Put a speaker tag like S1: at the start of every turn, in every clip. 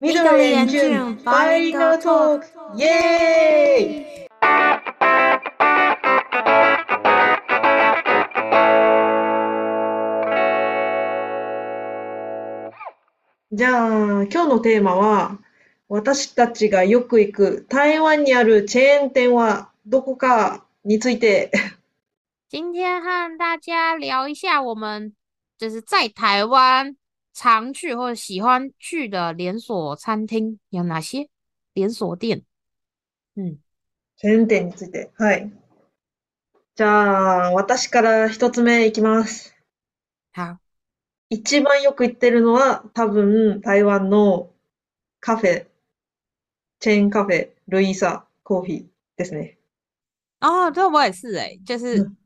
S1: ミドルンジュンバレリナトークイエーイじゃあ今日のテーマは私たちがよく行く台湾にあるチェーン店はどこかについて
S2: 今天和大家聊一下我们就是在台湾常去或者喜欢去的连锁餐厅有哪些？连锁店，嗯，
S1: チェーン店についてはいじゃあ私から一つ目いきます
S2: 好，
S1: 一番よく行ってるのは多分台湾のカフェ、チェーンカフェ、ルイーサコーヒーですね。
S2: 哦，对，我也是诶，就是，
S1: 嗯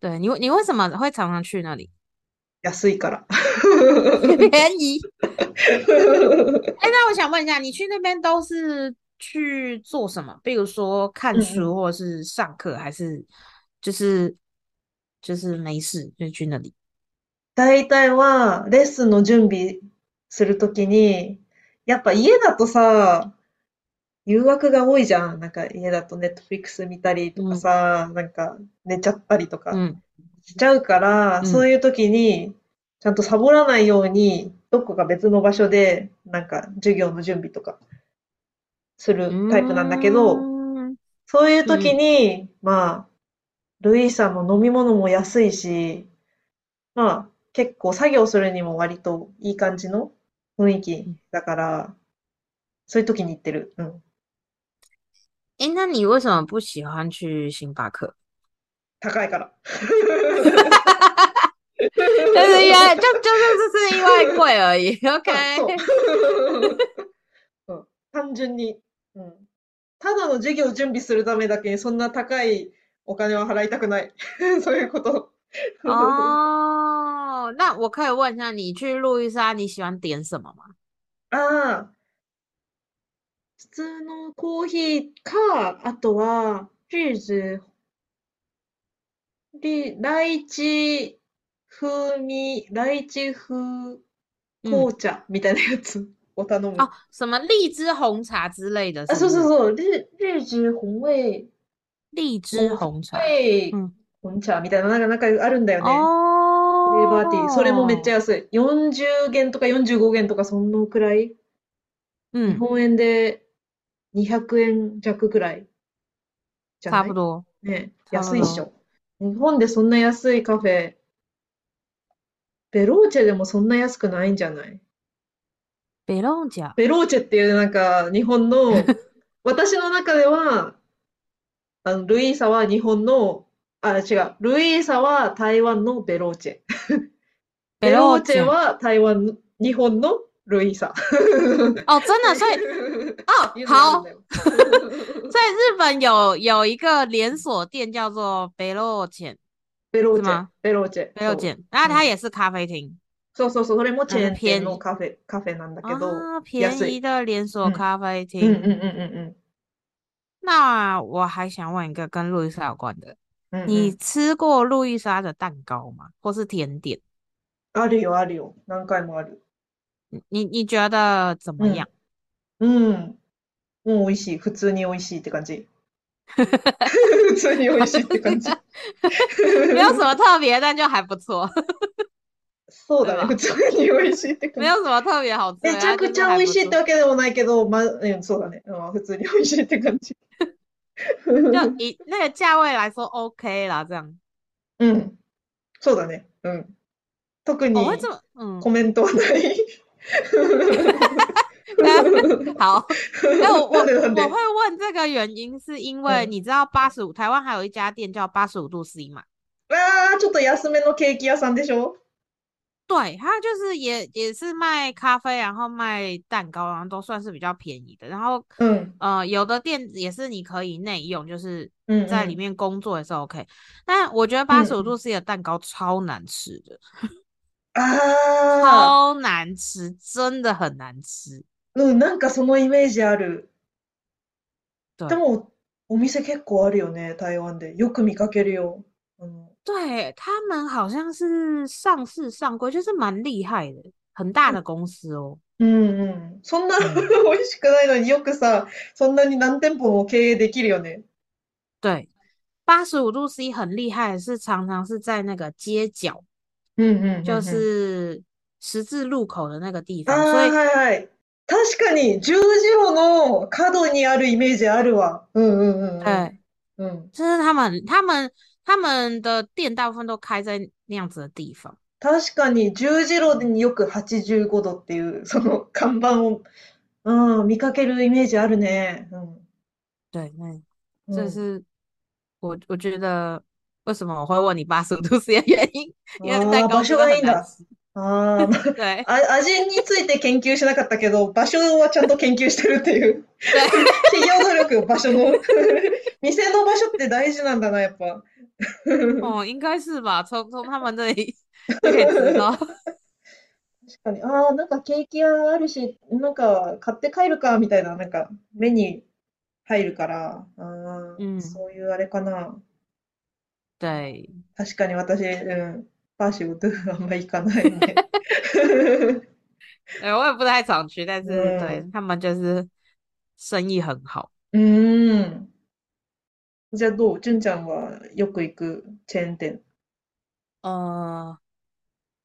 S2: 对你为，你为什么会常常去那 里？
S1: 安いから。
S2: 便宜。哎，那我想问一下，你去那边都是去做什么？比如说看
S1: 嗯
S2: 书，或者是上课，还是就是就是没事就去那里？
S1: 大体はレッスンの準備するときに、やっぱ家だとさ、誘惑が多いじゃん。なんか家だとネットフリックス見たりとかさ、なんか寝ちゃったりとか。
S2: 嗯
S1: しちゃうから、
S2: うん
S1: そういう時に、ちゃんとサボらないように、どこか別の場所で、なんか授業の準備とか、するタイプなんだけど、
S2: 嗯
S1: そういう時に、まあ、ルイーさんの飲み物も安いし、まあ、結構作業するにも割といい感じの雰囲気だから、そういう時に行ってる。うん。
S2: 哎，那你为什么不喜欢去星巴 克？
S1: 高いから。
S2: 就是因为就就是就是因为贵而已。OK，
S1: そううん単純に、うん。ただの授業を準備するためだけにそんな高いお金は払いたくない。 そういうこと。
S2: 哦，那我可以问一下，你去路易莎你喜欢点什么吗？
S1: ああ、普通のコーヒーか、あとは、チーズ、リ、ライチ風味、ライチ風紅茶みたいなやつを頼む。
S2: 哦，什么荔枝红茶之类的
S1: あ、そ
S2: 是
S1: う
S2: 不
S1: そう
S2: 呃
S1: そ
S2: 是？
S1: う、日、日中本味、
S2: 荔枝红茶。
S1: はい
S2: うん
S1: 本茶みたいな、なんか、なんかあるんだよね。フレーバーティー。それもめっちゃ
S2: 哦，
S1: 安い。40元とか45元とか、そのくらい。日
S2: 嗯，
S1: 本円で200円弱くらいじゃ
S2: 差
S1: な
S2: 不
S1: い
S2: 多，
S1: ねえ、
S2: 差不
S1: 安いっし
S2: 多。
S1: ょ。日本でそんな安いカフェ、ベローチェでもそんな安くないんじゃない
S2: 北龙角，
S1: ベローチェっていうなんか日本 の、私の中では、あの、ルイーサは日本の、あ、違う。ルイーサは台湾のベローチェ。
S2: 北
S1: ベロー
S2: 龙
S1: チェ
S2: 角。
S1: は台湾、日本のルイーサ。
S2: 哦，真的，所 以哦，
S1: 言うのもあるんだ
S2: 好，
S1: よ。
S2: 在日本有有一个连锁店叫做北龙角，
S1: ベロー
S2: 是
S1: チェ、
S2: 吗？
S1: ベローチェ、
S2: 北
S1: そう。
S2: 龙角，那
S1: う
S2: 它
S1: ん
S2: 也是咖啡厅。
S1: そうそうそう、それもチェーン店
S2: 便
S1: の
S2: 宜
S1: カフェ、カフェなんだけど、
S2: 啊，便
S1: 安
S2: 宜
S1: い。
S2: 的连
S1: う
S2: 锁
S1: ん。
S2: 咖啡
S1: うんうんう
S2: 厅。
S1: んう
S2: 那我还想问一个跟路易莎有关的，
S1: んうん。うんう
S2: 你
S1: ん。
S2: 吃过路易莎的蛋糕吗？或是甜点？
S1: あるよ、あるよ。何回もある。
S2: 你你你觉得怎么
S1: う
S2: 样？
S1: ん。うん。もう美味しい。普通に美味しいって感 じ。普通に美味しいって感じ。
S2: 没有什么特别，但就还不错，
S1: そう
S2: 对
S1: だね。普
S2: 吧？
S1: 通に美味しいって
S2: 没
S1: 感じ。
S2: 有什么特别好吃
S1: め
S2: 的，
S1: ちゃ
S2: 它
S1: く
S2: 就
S1: ち
S2: 是
S1: ゃ
S2: 还
S1: 美味
S2: 不
S1: しいって
S2: 错，
S1: わけでもないけど、ま、うんそうだね。うん普通に美味しいって感じ。
S2: 就 以那个价位来说 OK 啦。这样，
S1: うん。そうだね。うん。特
S2: 我会
S1: に
S2: 这么，嗯，
S1: コメントはない。
S2: 那 好，哎、我
S1: なん
S2: 我
S1: でなん
S2: 我会
S1: で
S2: 问这个原因，是因
S1: うん。
S2: 为你知道八十五，台湾还有一家店叫八十五度 C 嘛？
S1: ああ、ちょっと安めのケーキ屋さんでしょ
S2: 对，它就是也也是卖咖啡，然后卖蛋糕，然后都算是比较便宜的。然后，
S1: うん。
S2: 呃，有的店也是你可以内用，就是
S1: うん
S2: 在里
S1: う
S2: 面工作也是 OK。但我觉得
S1: ん。う
S2: 八
S1: ん
S2: 十五
S1: う
S2: 度 C 的蛋糕超难吃的，
S1: ん。ああ、
S2: 超难吃，真的很难吃。
S1: うん、なんかそのイメージある。で
S2: 对
S1: も、お店結構あるよね、台湾で。よく見かけるよ。うん、
S2: 对，他们好像是上市上柜，就是蛮厉害的，很大的公司哦。
S1: うんうん。そんな
S2: 嗯，
S1: 美味しくないのによくさ、そんなに何店舗も経営できるよね。
S2: 对，八十五度 C 很厉害，是常常是在那个街角，
S1: うんうんう
S2: 就
S1: んうん。
S2: 是十字路口的那个地
S1: あ
S2: 方，所
S1: あ、
S2: 以
S1: はいはい。確かに、十字路の角にあるイメージあるわ。うんうん
S2: 对，
S1: うんうん。うん。
S2: 就是他们他们他们的店大部分都开在那样子的地方。
S1: 確かに、十字路によく85度っていう 、その看板を、うん、見かけるイメージあるね。
S2: 对，那
S1: う
S2: 这
S1: ん。
S2: 是我我觉得为什么我会问你八十五度 C 的原因，
S1: う
S2: 因为
S1: ん。
S2: 在
S1: ああ、場
S2: 高
S1: 所
S2: 速会
S1: がい
S2: 很
S1: いん
S2: 难
S1: だ。
S2: 吃。
S1: あーま
S2: 对
S1: あ、あ味について研究しなかったけど、場所はちゃんと研究してるって いう。
S2: 对
S1: 企業努力、場所の 店の場所って大事なんだな、やっぱ。
S2: 哦，应该是吧？从从他们这里就可以知道。
S1: 確かに、ああ、なんかケーキ屋あるし、なんか買って帰るか、みたいな、なんか目に入るから、ああ、
S2: 嗯，
S1: そういうあれかな。
S2: 对，
S1: 確かに私、うん、パーシブドゥあんま行かない ね。
S2: 对，我也不太常去，但
S1: う
S2: 是对
S1: ん。
S2: 他们就是生意很好。
S1: うーん。じゃあどう純ちゃんはよく行くチェーン店。
S2: 呃，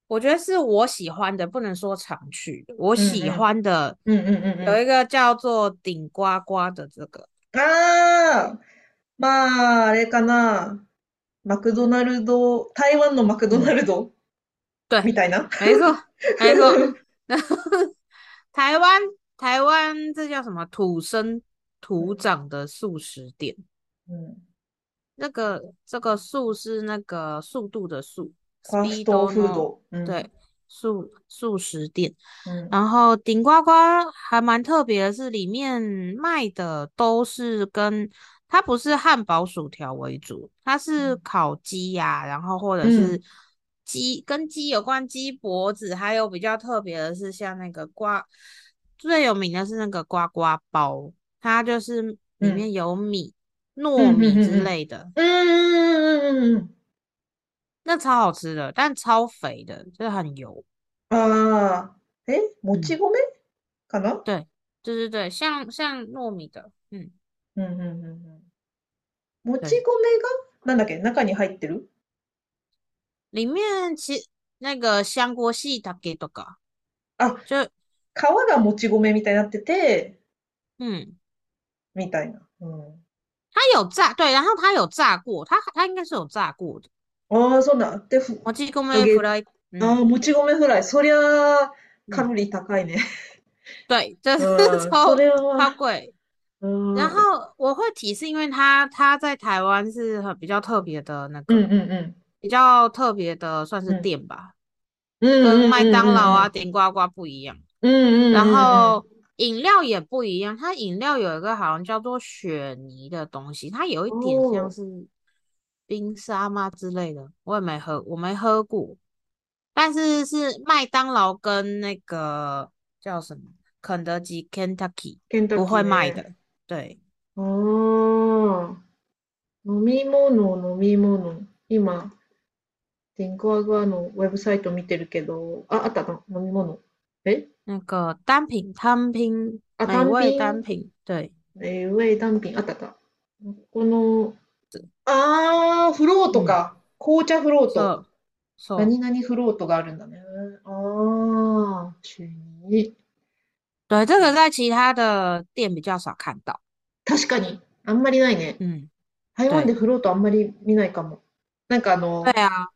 S2: 我觉得是我喜欢的，不能说常去的。我
S1: うん
S2: 喜
S1: う
S2: 欢的
S1: ん。うんうんうん
S2: 有
S1: う
S2: 一个叫做顶呱呱的这个，
S1: ん。ああ、まあ、あれかな。マクドナルド、台湾のマクドナ
S2: 嗯，
S1: ルド
S2: 对，
S1: みたいな。
S2: 没错，没错。然后台湾，台湾这叫什么？土生土长的素食店。
S1: うん。
S2: 那个这个速是那个速度的速
S1: ファース
S2: ，speed
S1: ト
S2: o
S1: フー
S2: no，
S1: ド。うん。
S2: 对，速速食店。
S1: うん。
S2: 然后顶呱呱还蛮特别的是，里面卖的都是跟它不是汉堡薯条为主，它
S1: う
S2: 是
S1: ん。
S2: 烤鸡呀、然后或
S1: う
S2: 者
S1: ん。
S2: 是鸡跟鸡有关鸡脖子，还有比较特别的是像那个瓜，最有名的是那个呱呱包，它就是
S1: う
S2: 里
S1: ん。
S2: 面有
S1: う
S2: 米、
S1: ん。
S2: 糯
S1: うん。
S2: 米
S1: うん。
S2: 之类的。
S1: うん。うん。
S2: 那超好吃的，但超肥的，就是很油。
S1: ああー。えもち
S2: 嗯，
S1: 米かな
S2: 对，对对对，像像糯米的，嗯，
S1: うん。うん。うん。もち米
S2: 对，
S1: が、なんだっけ、中に入ってる
S2: 里面其那个香锅系だけとか，
S1: あ、
S2: 就
S1: 皮がもち米みたいになってて、
S2: 嗯，
S1: みたいな。うん。
S2: 它有炸，对，然后它有炸过，它它应该是有炸过的。
S1: ああ、そうなん。で、ふ、
S2: もち
S1: 揚
S2: 米フ
S1: げ、
S2: ライ，
S1: あ
S2: 嗯
S1: あ、もち米フライ。そりゃあ、カ
S2: 嗯，
S1: ロリー高いね。
S2: 对，这是
S1: うん、そ
S2: 超
S1: れ
S2: 超
S1: は、
S2: 贵。
S1: う
S2: 然
S1: ん、
S2: 后
S1: うん、
S2: 我会提是因为它它在台湾是很比较特别的那
S1: うん、
S2: 个，
S1: う
S2: 比较特别的算
S1: ん、
S2: 是
S1: うん、
S2: 店吧。
S1: う
S2: 跟
S1: ん、
S2: 麦
S1: うん、
S2: 当劳
S1: う
S2: 啊、
S1: ん、
S2: 顶呱呱不一样。
S1: うん、うん、うん、
S2: 然
S1: うん、
S2: 后饮料也不一样，它饮料有一个好像叫做雪泥的东西，它有一点
S1: お
S2: 像
S1: ー
S2: 是冰沙吗之类的，我也没喝，我没喝过。但是是麦当劳跟那个叫什么肯德基 （Kentucky）
S1: ケンタッ
S2: 不
S1: キー
S2: 会卖
S1: ね。
S2: 的，对，
S1: あー飲み物、飲み物。今、テンコワグアのウェブサイト見てるけど、あ、あったな、飲み物。え
S2: 那个单品摊拼
S1: あ、
S2: 美
S1: 単
S2: 味单
S1: 品、
S2: 品，对，
S1: えー、ウェイ単品、あったあった。この、あー、フロート
S2: 嗯，
S1: か。紅茶フロート。
S2: そうそう。
S1: 何々フロートがあるんだね。あー、主任。
S2: 对，这个在其他的店比较少看到。
S1: 確かに、あんまりないね。
S2: 嗯，
S1: 台湾で
S2: 对，
S1: フロートあんまり見ないかも。なんかあ
S2: 对
S1: の、
S2: 啊，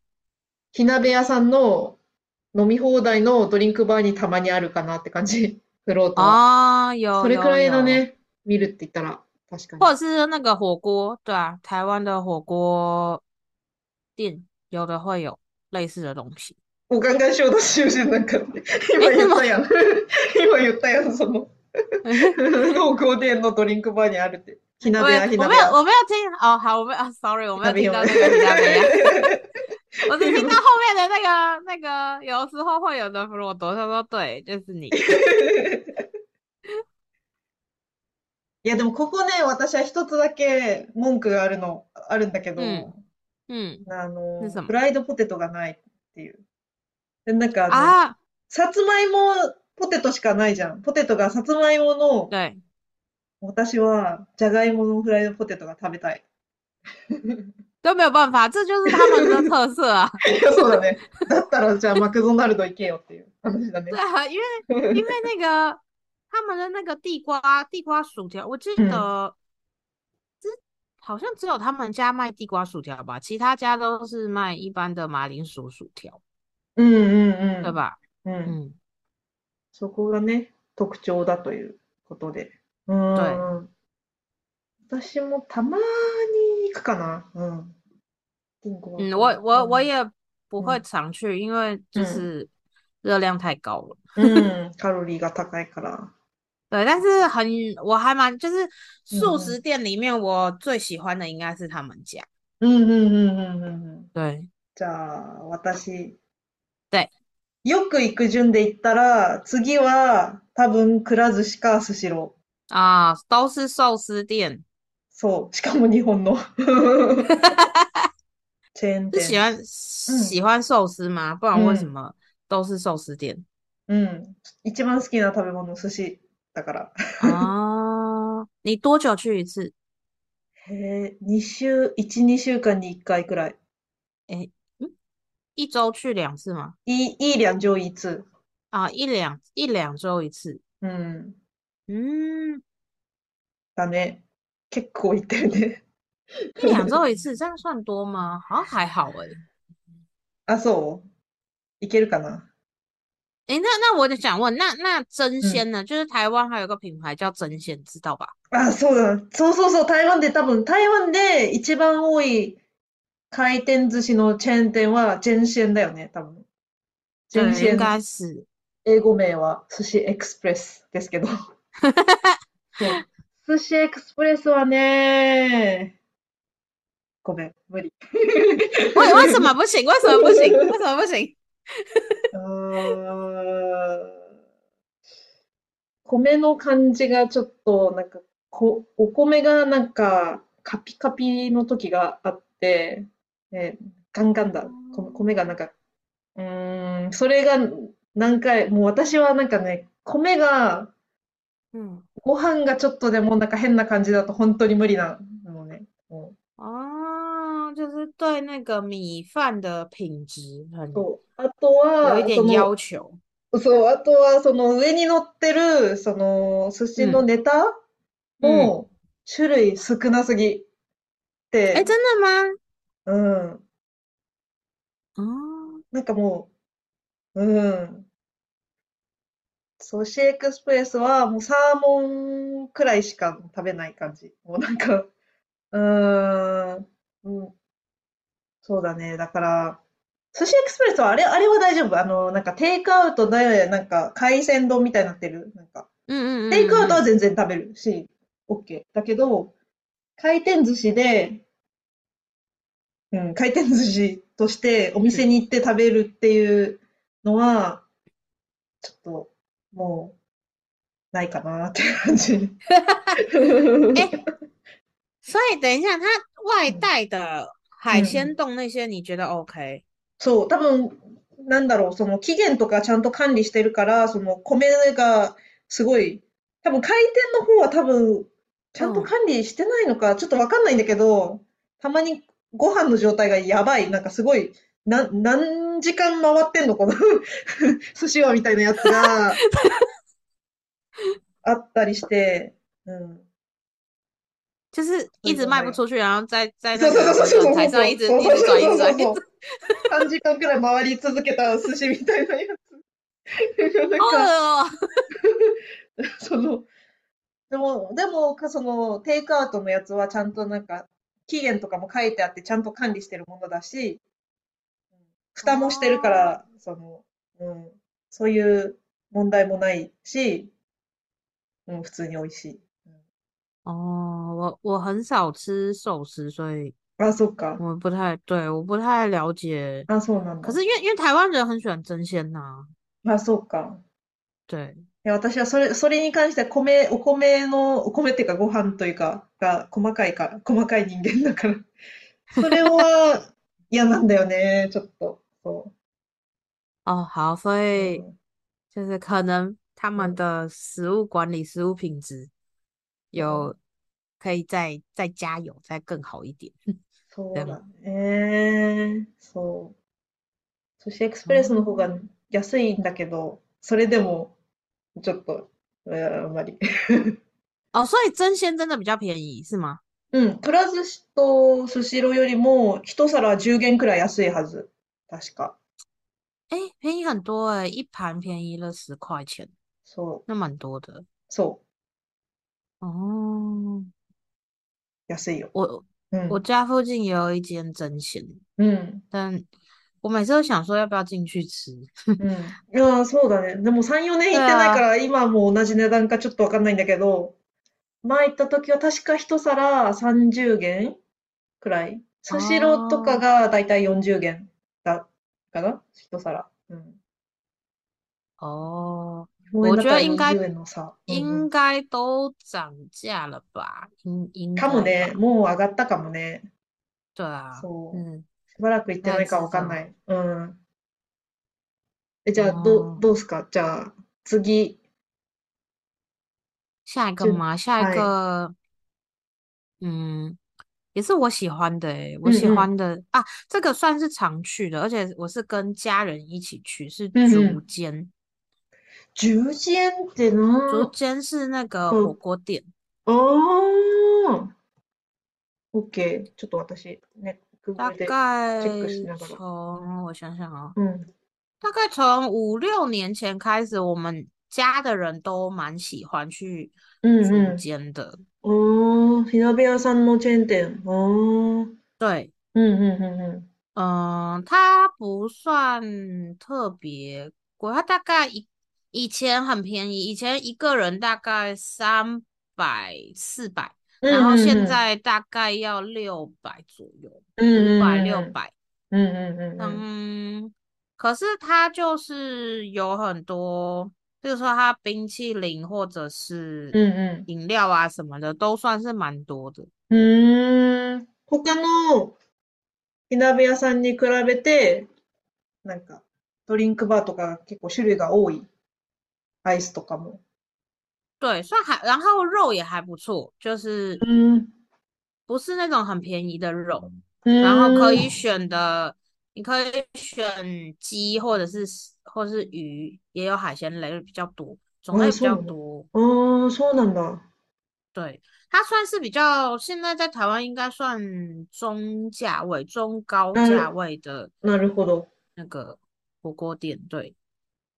S1: 火鍋屋さんの飲み放題のドリンクバーにたまにあるかなって感 じ。フロートは。
S2: 啊、
S1: そ
S2: 有
S1: れく
S2: 有
S1: らいの
S2: 有，
S1: ね、見るって言ったら、確か
S2: 或
S1: に。
S2: 者是那个火锅，对啊，台湾的火锅店有的会有类似的东西。
S1: お考えしようとしようじゃな かった。
S2: 哎，
S1: 今
S2: 是
S1: 言っ
S2: 吗？
S1: たやん。 今言ったやん、その。濃厚店のドリンクバーにあるって。火
S2: 我
S1: 鍋
S2: 也
S1: 屋、火
S2: 我没
S1: 鍋
S2: 有
S1: 屋。
S2: 我没有听哦，好，我没有啊，sorry，我
S1: 火
S2: 没有
S1: 鍋
S2: 听
S1: 屋。
S2: 到那个火鍋呀，我只听到后面的那个那个有时候会有的弗洛多，他说对，就是你，
S1: いや、でもここね、私は一つだけ文句があるの、あるんだけ
S2: 嗯
S1: ど、
S2: 嗯，
S1: あ
S2: 是
S1: の、
S2: 什
S1: フ
S2: 么
S1: ライドポテトがないっていう。で、なんかあの、
S2: 啊？
S1: さつまいもポテトしかないじゃん。ポテトがさつまいもの、
S2: 对，
S1: 私はじゃがいものフライドポテトが食べ たい。
S2: 都没有办法，这就是他们的特色啊。
S1: そうだね。だったらじゃあマクドナルド行けよっていう話だね
S2: 对。啊，因为因为那个他们的那个地瓜地瓜薯条，我记
S1: 嗯
S2: 得只好像只有他们家卖地瓜薯条吧，其他家都是卖一般的马铃薯薯条，
S1: うんうんうん。
S2: 对吧？
S1: うん。
S2: 嗯，
S1: そこがね、特徴だということで。うーん。私もたまーに行くかな。嗯。うんこ
S2: 嗯，我我我
S1: 嗯
S2: 也不会
S1: 嗯
S2: 常去，因为就
S1: 嗯
S2: 是热量太高了。
S1: うん、カロリーが高いから。
S2: 对，但是很，我还蛮，就是素
S1: 嗯
S2: 食店里面，我最喜欢的应该是他们家。
S1: うんうんうんうんうんうん。
S2: 对，
S1: じゃあ、私。
S2: 对
S1: よく行く順で言ったら、次は多分くら寿司かスシロー。
S2: 啊，都是寿司店。
S1: そう。しかも日 本の。チェーン
S2: 是喜
S1: 店。
S2: 欢喜欢寿司吗？不然为什么都是寿司店？
S1: うん。一番好きな食べ物、寿司だから。
S2: 啊，你多久去一次？
S1: へえ、2週、1、2週間に1回くらい。
S2: 一周去两次吗？
S1: いい、いい量上一次。
S2: 啊，一两一两周一次。
S1: うん。
S2: 嗯，
S1: だね。結構行ってるね。
S2: 一两周一次，这样算多吗？好像还好欸诶、
S1: あ、そう行けるかな
S2: 诶、那那我得想问，那那真鲜呢？就是台湾还有个品牌叫真鲜，知道吧？
S1: あ、そうだ。そうそうそう。台湾で多分、台湾で一番多い回転寿司のチェーン店は、ジェンシェンだよね、多分。ジェンシ
S2: 对，
S1: ェ
S2: 应
S1: ン。
S2: 该是。
S1: 英語名は寿司エクスプレスですけど。そう寿司エクスプレスはね、ごめん、無理。
S2: 为为什么不行？为什么不行？为什么不行？
S1: うーん米の感じがちょっとなんかこお米がなんかカピカピの時があって、ね、ガンガンだ米米がなんかうーんそれが何回もう私はなんかね米が
S2: 嗯，
S1: ご飯がちょっとでもなんか変な感じだと本当に無理なのね。も
S2: 啊，就是对那个米饭的品质很
S1: うそうあとは
S2: 有一点
S1: その
S2: 要求。
S1: そう、あとはその上に乗ってる、その寿司のネタも種類少なすぎって、
S2: 哎，真的吗？
S1: うん、
S2: 哦，
S1: なんかもう、うん。ソシエクスプレスはもうサーモンくらいしか食べない感じ。もうなんか、うーん、うん。そうだね。だから、寿司エクスプレスはあれ、あれは大丈夫。あの、なんかテイクアウトで、なんか海鮮丼みたいになってる。なんか。
S2: 嗯嗯嗯
S1: テイクアウト
S2: 嗯
S1: は全然食べるし、OK。だけど、回転寿司で、うん、回転寿司としてお店に行って食べるっていうのは、ちょっと、もう、ないかなっていう感 じ。
S2: 哎所以等一下，它外
S1: 嗯
S2: 带的海
S1: 嗯
S2: 鲜冻那些，你觉得 OK？
S1: そう、多分、なんだろう、その期限とかちゃんと管理してるから、その米がすごい、多分回転の方は多分、ちゃんと管理してないのか、ちょっとわかんないんだけど、たまにご飯の状態がやばい、なんかすごい、な、何時間回ってんの、こ の寿司はみたいなやつがあったりして、うん。
S2: 就是一直
S1: 有
S2: 卖
S1: 那
S2: 不
S1: 个
S2: 出去，然后在 在
S1: そう
S2: 那
S1: そうそう
S2: 个
S1: そうそう
S2: 转台上一直一直转一直转，一直转
S1: 3時間くらい回り続けた寿司みたいなやつ。なん
S2: 好
S1: か、
S2: 恶哦。
S1: その、でも、でも、かその、テイクアウトのやつはちゃんとなんか、期限とかも書いてあって、ちゃんと管理してるものだし、蓋もしてるから、その、うん、そういう問題もないし、うん、普通に美味しい。
S2: 哦，我我很少吃寿司，所以
S1: あ、そっか。
S2: 我不太对，我不太了解。
S1: あ、そうなん
S2: 可
S1: だ。
S2: 是因为因为台湾人很喜欢真鲜呐，
S1: あ、そうか。
S2: 对，
S1: いや、私はそれ、それに関しては米、お米の、お米っていうかご飯というか、が細かいか、細かい人間だから。それは嫌なんだよね、ちょっと。そ
S2: 哦好，所
S1: う。
S2: 以
S1: うん
S2: 就是可能他们的食物管理、食物品质有可以再再加油，再更好一点。
S1: そう
S2: で
S1: だ
S2: も
S1: ね。そう。寿司エクスプレスの方が安いんだけど、それでも、ちょっと、うんあんまり。
S2: 哦，所以真鲜真的比较便宜是吗？
S1: うん、くら寿司とスシローよりも、一皿10元くらい安いはず。確か。
S2: 哎，便宜很多哎、一盘便宜了十块钱，
S1: そう。
S2: 那蛮多的
S1: そう。
S2: 哦。嗯
S1: 安いよ。
S2: 我
S1: うん。
S2: 我家附近也有一间真鲜，
S1: うん。
S2: 但我每次都想说要不要进去吃。
S1: うん。いやー、そうだね。でも3、4年行ってないから、今も同じ値段かちょっとわかんないんだけど、前行った時は確か一皿30元くらい。スシローとかがだいたい40元だ、かな一皿。うん。
S2: 哦，嗯
S1: 日本円だったら
S2: 我觉得应该
S1: 40円の差。うんうん
S2: 应该都涨价了吧？应应
S1: かも
S2: 该
S1: ね、
S2: 吧？
S1: もう上がったかもね。
S2: 对啊，
S1: そう。
S2: 嗯，
S1: しばらく行ってないからわかんない。うん。え、じゃあ、
S2: あ
S1: ど、
S2: ー
S1: どうすかじゃあ、次。
S2: 下一个
S1: 就
S2: 嘛，下一
S1: 哎
S2: 个，嗯，也是我喜欢的诶，我
S1: 嗯
S2: 喜
S1: 嗯
S2: 欢的啊，这个算是常去的，而且我是跟家人一起去，是
S1: 嗯嗯
S2: 竹间，
S1: 十字円って
S2: 竹
S1: な、
S2: 间是那个
S1: 嗯
S2: 火锅店，
S1: あー、OK。ちょっと私、ね、
S2: 大
S1: Google で。
S2: 概
S1: チェックしながら
S2: 从我想想啊，
S1: うん。
S2: 大概从五六年前开始，我们家的人都蛮喜欢去
S1: うん
S2: 竹
S1: う
S2: 间的，
S1: ん。あー、火鍋屋さんのチェーン店。あー。うん
S2: 对。
S1: うんうん
S2: 嗯，它不算特别贵，它大概以以前很便宜，以前一个人大概三百四百，
S1: うん。
S2: 然后
S1: うん
S2: 现
S1: うん
S2: 在大概要六百左右，
S1: うん。う
S2: 五百
S1: ん
S2: 六
S1: うん
S2: 百。
S1: うんうんうん
S2: 嗯，可是它就是有很多，比如说它冰淇淋或者是
S1: うんうん
S2: 饮料啊什么的，都算是蛮多的。
S1: うん。うーん。他の火鍋屋さんに比べて、なんか、ドリンクバーとか結構種類が多い。アイスとかも。
S2: 对，算还，然后肉也还不错，就是
S1: うん。う
S2: 不是那种很便宜的肉。然后可
S1: ー
S2: 以
S1: ん。
S2: 选的，你可以选鸡或者是或是鱼，也有海鲜类比较多，种
S1: ああ、
S2: 类比
S1: そうなん
S2: 较
S1: だ。
S2: 多。
S1: ああ、そうなんだ。
S2: 对，它算是比较现在在台湾应该算中价位、中高
S1: な
S2: 价
S1: る、
S2: 位的
S1: なるほど。
S2: 那个火锅店，对，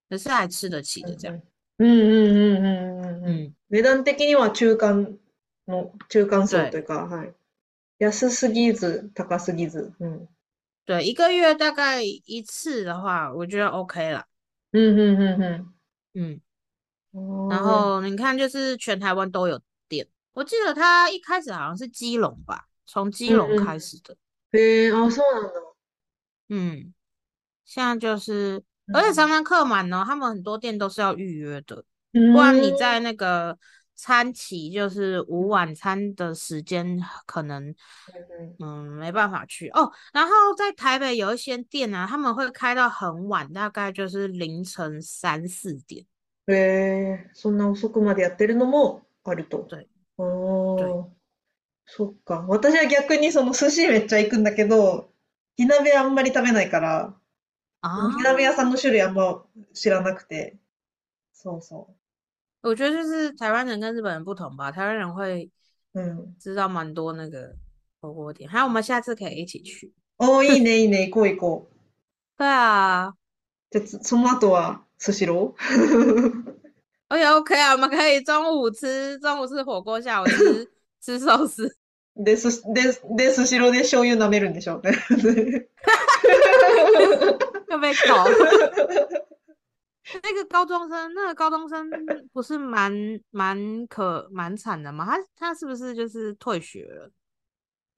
S2: 可是还吃得起
S1: うん
S2: 的这样。
S1: うんうんうんうんうんうんうん。
S2: 嗯，
S1: 値段的には中間の、中間層とい
S2: 对
S1: うか、はい。安すぎず、高すぎず。うん。
S2: 对，一个月大概一次的话，我觉得 OK 了。
S1: うんうん
S2: 嗯。
S1: うん
S2: 然
S1: うん。あ
S2: 后你看，就是全台湾都有店。我记得他一开始好像是基隆吧，从
S1: あ、
S2: 基
S1: うん
S2: 隆
S1: う
S2: 开
S1: ん。
S2: 始的。
S1: へえ、ああ、そうなんだ。
S2: 嗯，现在就是，
S1: う
S2: 而且常
S1: ん。
S2: 常客满哦呢，他们很多店都是要预约的，
S1: う
S2: 不然你
S1: ー
S2: 在
S1: ん。
S2: 那个餐期，就是午晚餐的时间，可能
S1: うん
S2: 嗯没办法去哦。然后在台北有一些店呢、他们会开到很晚，大概就是凌晨三四点。
S1: へえ、そんな遅くまでやってるのもあると。
S2: 对
S1: あ
S2: 对，
S1: あ、そっか。私は逆にその寿司めっちゃ行くんだけど、火鍋あんまり食べないから、その火鍋屋
S2: 啊。
S1: さんの種類あんま知らなくて。そうそ
S2: 我觉得就是台湾人跟日本人不同吧，台湾人会
S1: う。うん。
S2: 知道蛮多那个火锅店，还有我们下次可以一起去。
S1: おー、いいね、いいね。行こう行こう。
S2: 对啊，
S1: じゃあ、つその後は、スシロー
S2: 而且 OK 啊，我们可以中午吃，中午吃火锅，下午吃吃寿司。
S1: で、す、で、で、スシローで醤油舐めるんでしょう ね。
S2: 又被搞， 那个高中生，那个高中生不是蛮蛮可蛮惨的吗？他他是不是就是退学了？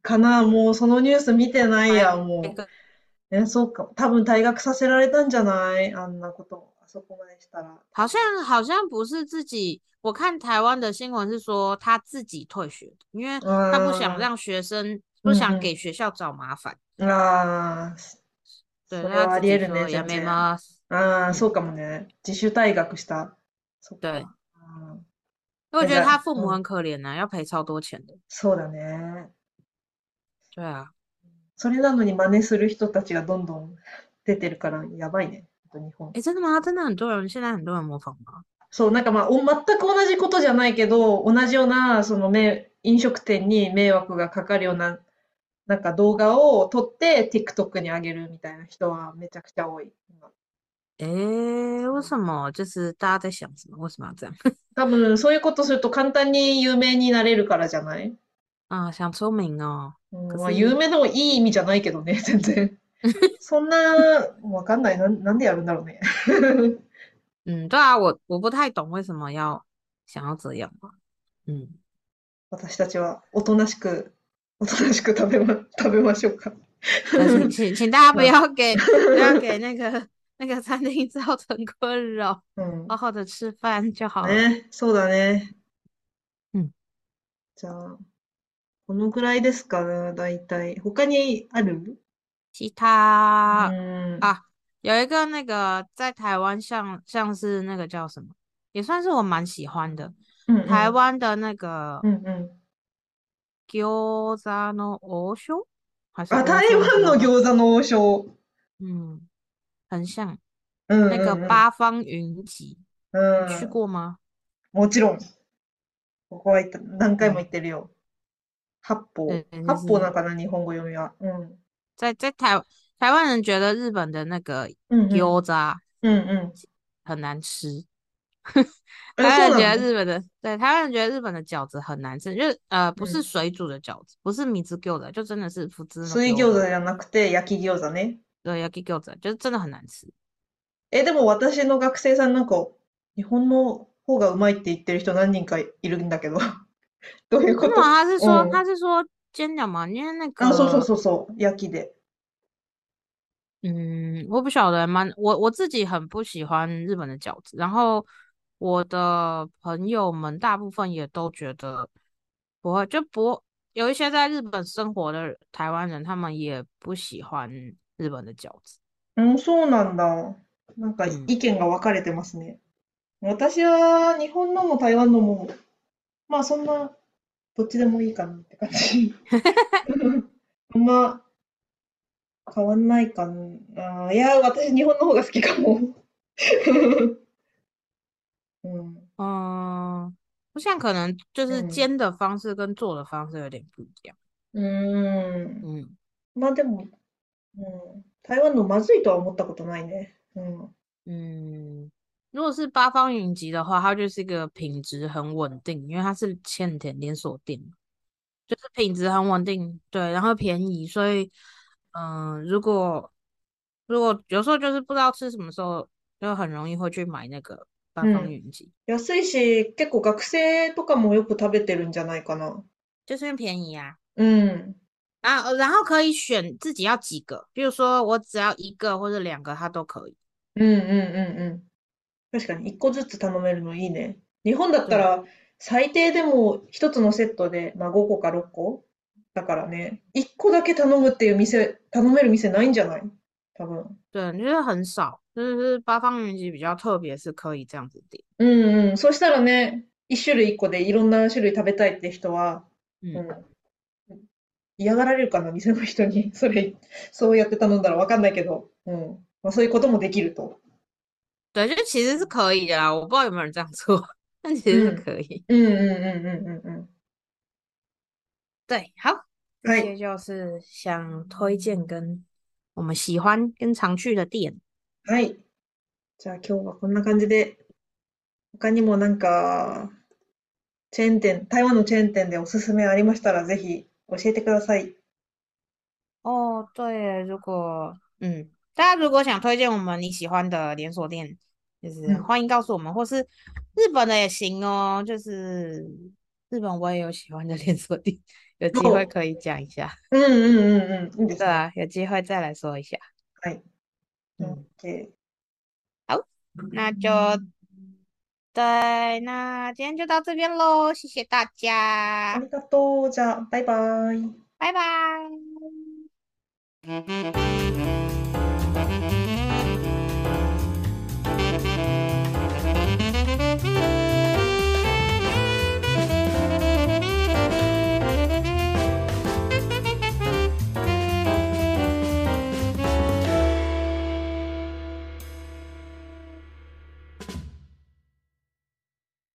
S1: かな、もうそのニュース見てない
S2: 还
S1: や、
S2: 一
S1: も
S2: 个
S1: う。え、そうか。多分退学させられたんじゃないあんなこと、あそこまでしたら。
S2: 好像好像不是自己，我看台湾的新闻是说他自己退学的，因为他不想
S1: あ
S2: 让学生，
S1: ー、
S2: 不
S1: う
S2: 想
S1: ん
S2: 给学校找麻烦，
S1: うん。ああ、
S2: 对，
S1: それ
S2: 他
S1: はあ
S2: 自
S1: りえ
S2: 己
S1: るね、
S2: 说也
S1: 全
S2: 没
S1: 然。
S2: 嘛，
S1: ああ、
S2: 嗯，
S1: そうかもね。自主退学した。そっ
S2: 对
S1: か。うん
S2: 因为我觉得
S1: 对
S2: 他父母
S1: 嗯
S2: 很可怜呐、要赔超多钱的。
S1: そうだね。
S2: 对啊，
S1: それなのに真似する人たちがどんどん出てるからやばいね。ほんと日本。
S2: 诶，真的吗？真的很多人，现在很多人模仿吗？
S1: そう、なんかまあ、お、全く同じことじゃないけど、同じような、そのめ、飲食店に迷惑がかかるような、なんか動画を撮って TikTok に上げるみたいな人はめちゃくちゃ多い。今
S2: 诶，为什么？就是大家在想什么？为什么要这样？
S1: 多分、そういうことすると簡単に有名になれるからじゃない
S2: 啊，想出名哦。
S1: うん、
S2: か
S1: まあ、
S2: そう
S1: 有名でもいい意味じゃないけどね、全然。そんな、わかんない。なん、なんでやるんだろうね。
S2: 嗯，对啊，我我不太懂为什么要想要这样吧。 嗯，
S1: 私たちは、おとなしく、おとなしく食べま、食べましょうか。
S2: 但是请请大家不
S1: 嗯
S2: 要 给不要给那个那个餐厅 造成困扰，
S1: うん。
S2: 好好的吃饭就好了。
S1: ね、そうだね。
S2: うん。
S1: じゃあ、このくらいですかね、大体。他にある
S2: 其他
S1: うん。
S2: 啊有一个那个在台湾像像是那个叫什么，也算是我蛮喜欢的，
S1: うんうん
S2: 台湾的那个
S1: うんうん。
S2: 餃子の王将还是
S1: あ、
S2: 王
S1: 台
S2: 将
S1: 湾
S2: 之
S1: の
S2: 王
S1: 餃子の王将。
S2: 嗯，很像
S1: うん
S2: 那个
S1: うんうん。
S2: 八方云集，
S1: う
S2: 你去
S1: ん。
S2: 过吗？
S1: もちろん。ここは行った、何回も行ってるよ。八方。
S2: 对对
S1: 八
S2: 就
S1: 方な
S2: 是
S1: んかな、日本語読みは。うん。
S2: 在在台台湾人觉得日本的那个
S1: うんうん。
S2: 餃子啊
S1: うんうん。
S2: 很难吃，
S1: え、
S2: 台湾
S1: そう
S2: 人
S1: な
S2: 觉得
S1: の
S2: 日本的对台湾人觉得日本的饺子很难吃，就是呃不是
S1: 嗯
S2: 水煮的饺子，不是米汁餃子，就真的是普通的
S1: 水
S2: 餃
S1: 餃
S2: 子
S1: 子じゃなくて焼き餃子ね。
S2: 对，焼き餃子就是真的很难吃。
S1: え、でも私の学生さんなんか、日本の方がうまいって言ってる人何人かいるんだけど。 どういうこ
S2: 没有
S1: と
S2: 啊，他是说、
S1: 嗯
S2: 他是说煎的嘛，因为那
S1: あ、そうそう
S2: 个
S1: そうそう、焼きで。
S2: 嗯，我不晓得蛮我我自己很不喜欢日本的饺子，然后我的朋友们大部分也都觉得不会，就不有一些在日本生活的台湾人，他们也不喜欢日本的饺子。
S1: うん、そうなんだ。なんか
S2: うん
S1: 意見が分かれてますね。私は日本のも台湾のも、まあそんな、どっちでもいいかなって感 じ。あんま変わんないかな。あーいや、私日本の方が好きかも。 うん
S2: 嗯，我想可能就是
S1: 嗯
S2: 煎的方式跟做的方式有点不一样。
S1: うーん。
S2: 嗯，
S1: まあでも、うん、台湾のまずいとは思ったことないね。うん。
S2: 嗯，如果是八方云集的话，它就是一个品质很稳定，因为它是千田连锁店嘛，就是品质很稳定，对，然后便宜，所以，嗯、如果如果有时候就是不知道吃什么时候，就很容易会去买那个八方
S1: 嗯
S2: 云集，
S1: 安いし、結構学生とかもよく食べてるんじゃないかな。
S2: 就是因为便宜啊。
S1: うん。
S2: 然后，然后可以选自己要几个，比如说我只要一个或者两个，它都可以。
S1: うんうんうんうん。確かに、一個ずつ頼めるのいいね。日本だったら、最低でも一つのセットで、まあ5個か6個だからね、一個だけ頼むっていう店、頼める店ないんじゃない多分。
S2: 对，就是很少，就是八方云集比较特别，是可以这样子点。
S1: うんうん。そしたらね、一種類一個でいろんな種類食べたいって人は、
S2: 嗯。
S1: うん、嫌がられるかな、店の人に。 それ、そうやって頼んだらわかんないけど、うん。まあ、そういうこともできると。
S2: 对，就其实是可以的啦，我不知道有没有人这样做， 但其实是
S1: 嗯
S2: 可以。
S1: うんうんうんうんうん
S2: 对，好，
S1: うん。は
S2: 这
S1: い。
S2: 些就是想推荐跟我们喜欢跟常去的店。
S1: はい。じゃあ今日はこんな感じで、他にもなんか、チェーン店、台湾のチェーン店でおすすめありましたら、ぜひ教えてください。
S2: 哦，对耶，如果嗯，大家如果想推荐我们你喜欢的连锁店，就是
S1: 嗯
S2: 欢迎告诉我们，或是日本的也行哦，就是日本我也有喜欢的连锁店，有机会
S1: 哦
S2: 可以讲一下。
S1: うんうんうんうん。いいですね。
S2: 对啊，有机会再来说一下。
S1: はい。
S2: 嗯，
S1: OK。
S2: 那就。对，那今天就到这边喽，谢谢大
S1: あ
S2: 家，
S1: りがとう。じゃあ、バイバイ。
S2: 拜拜。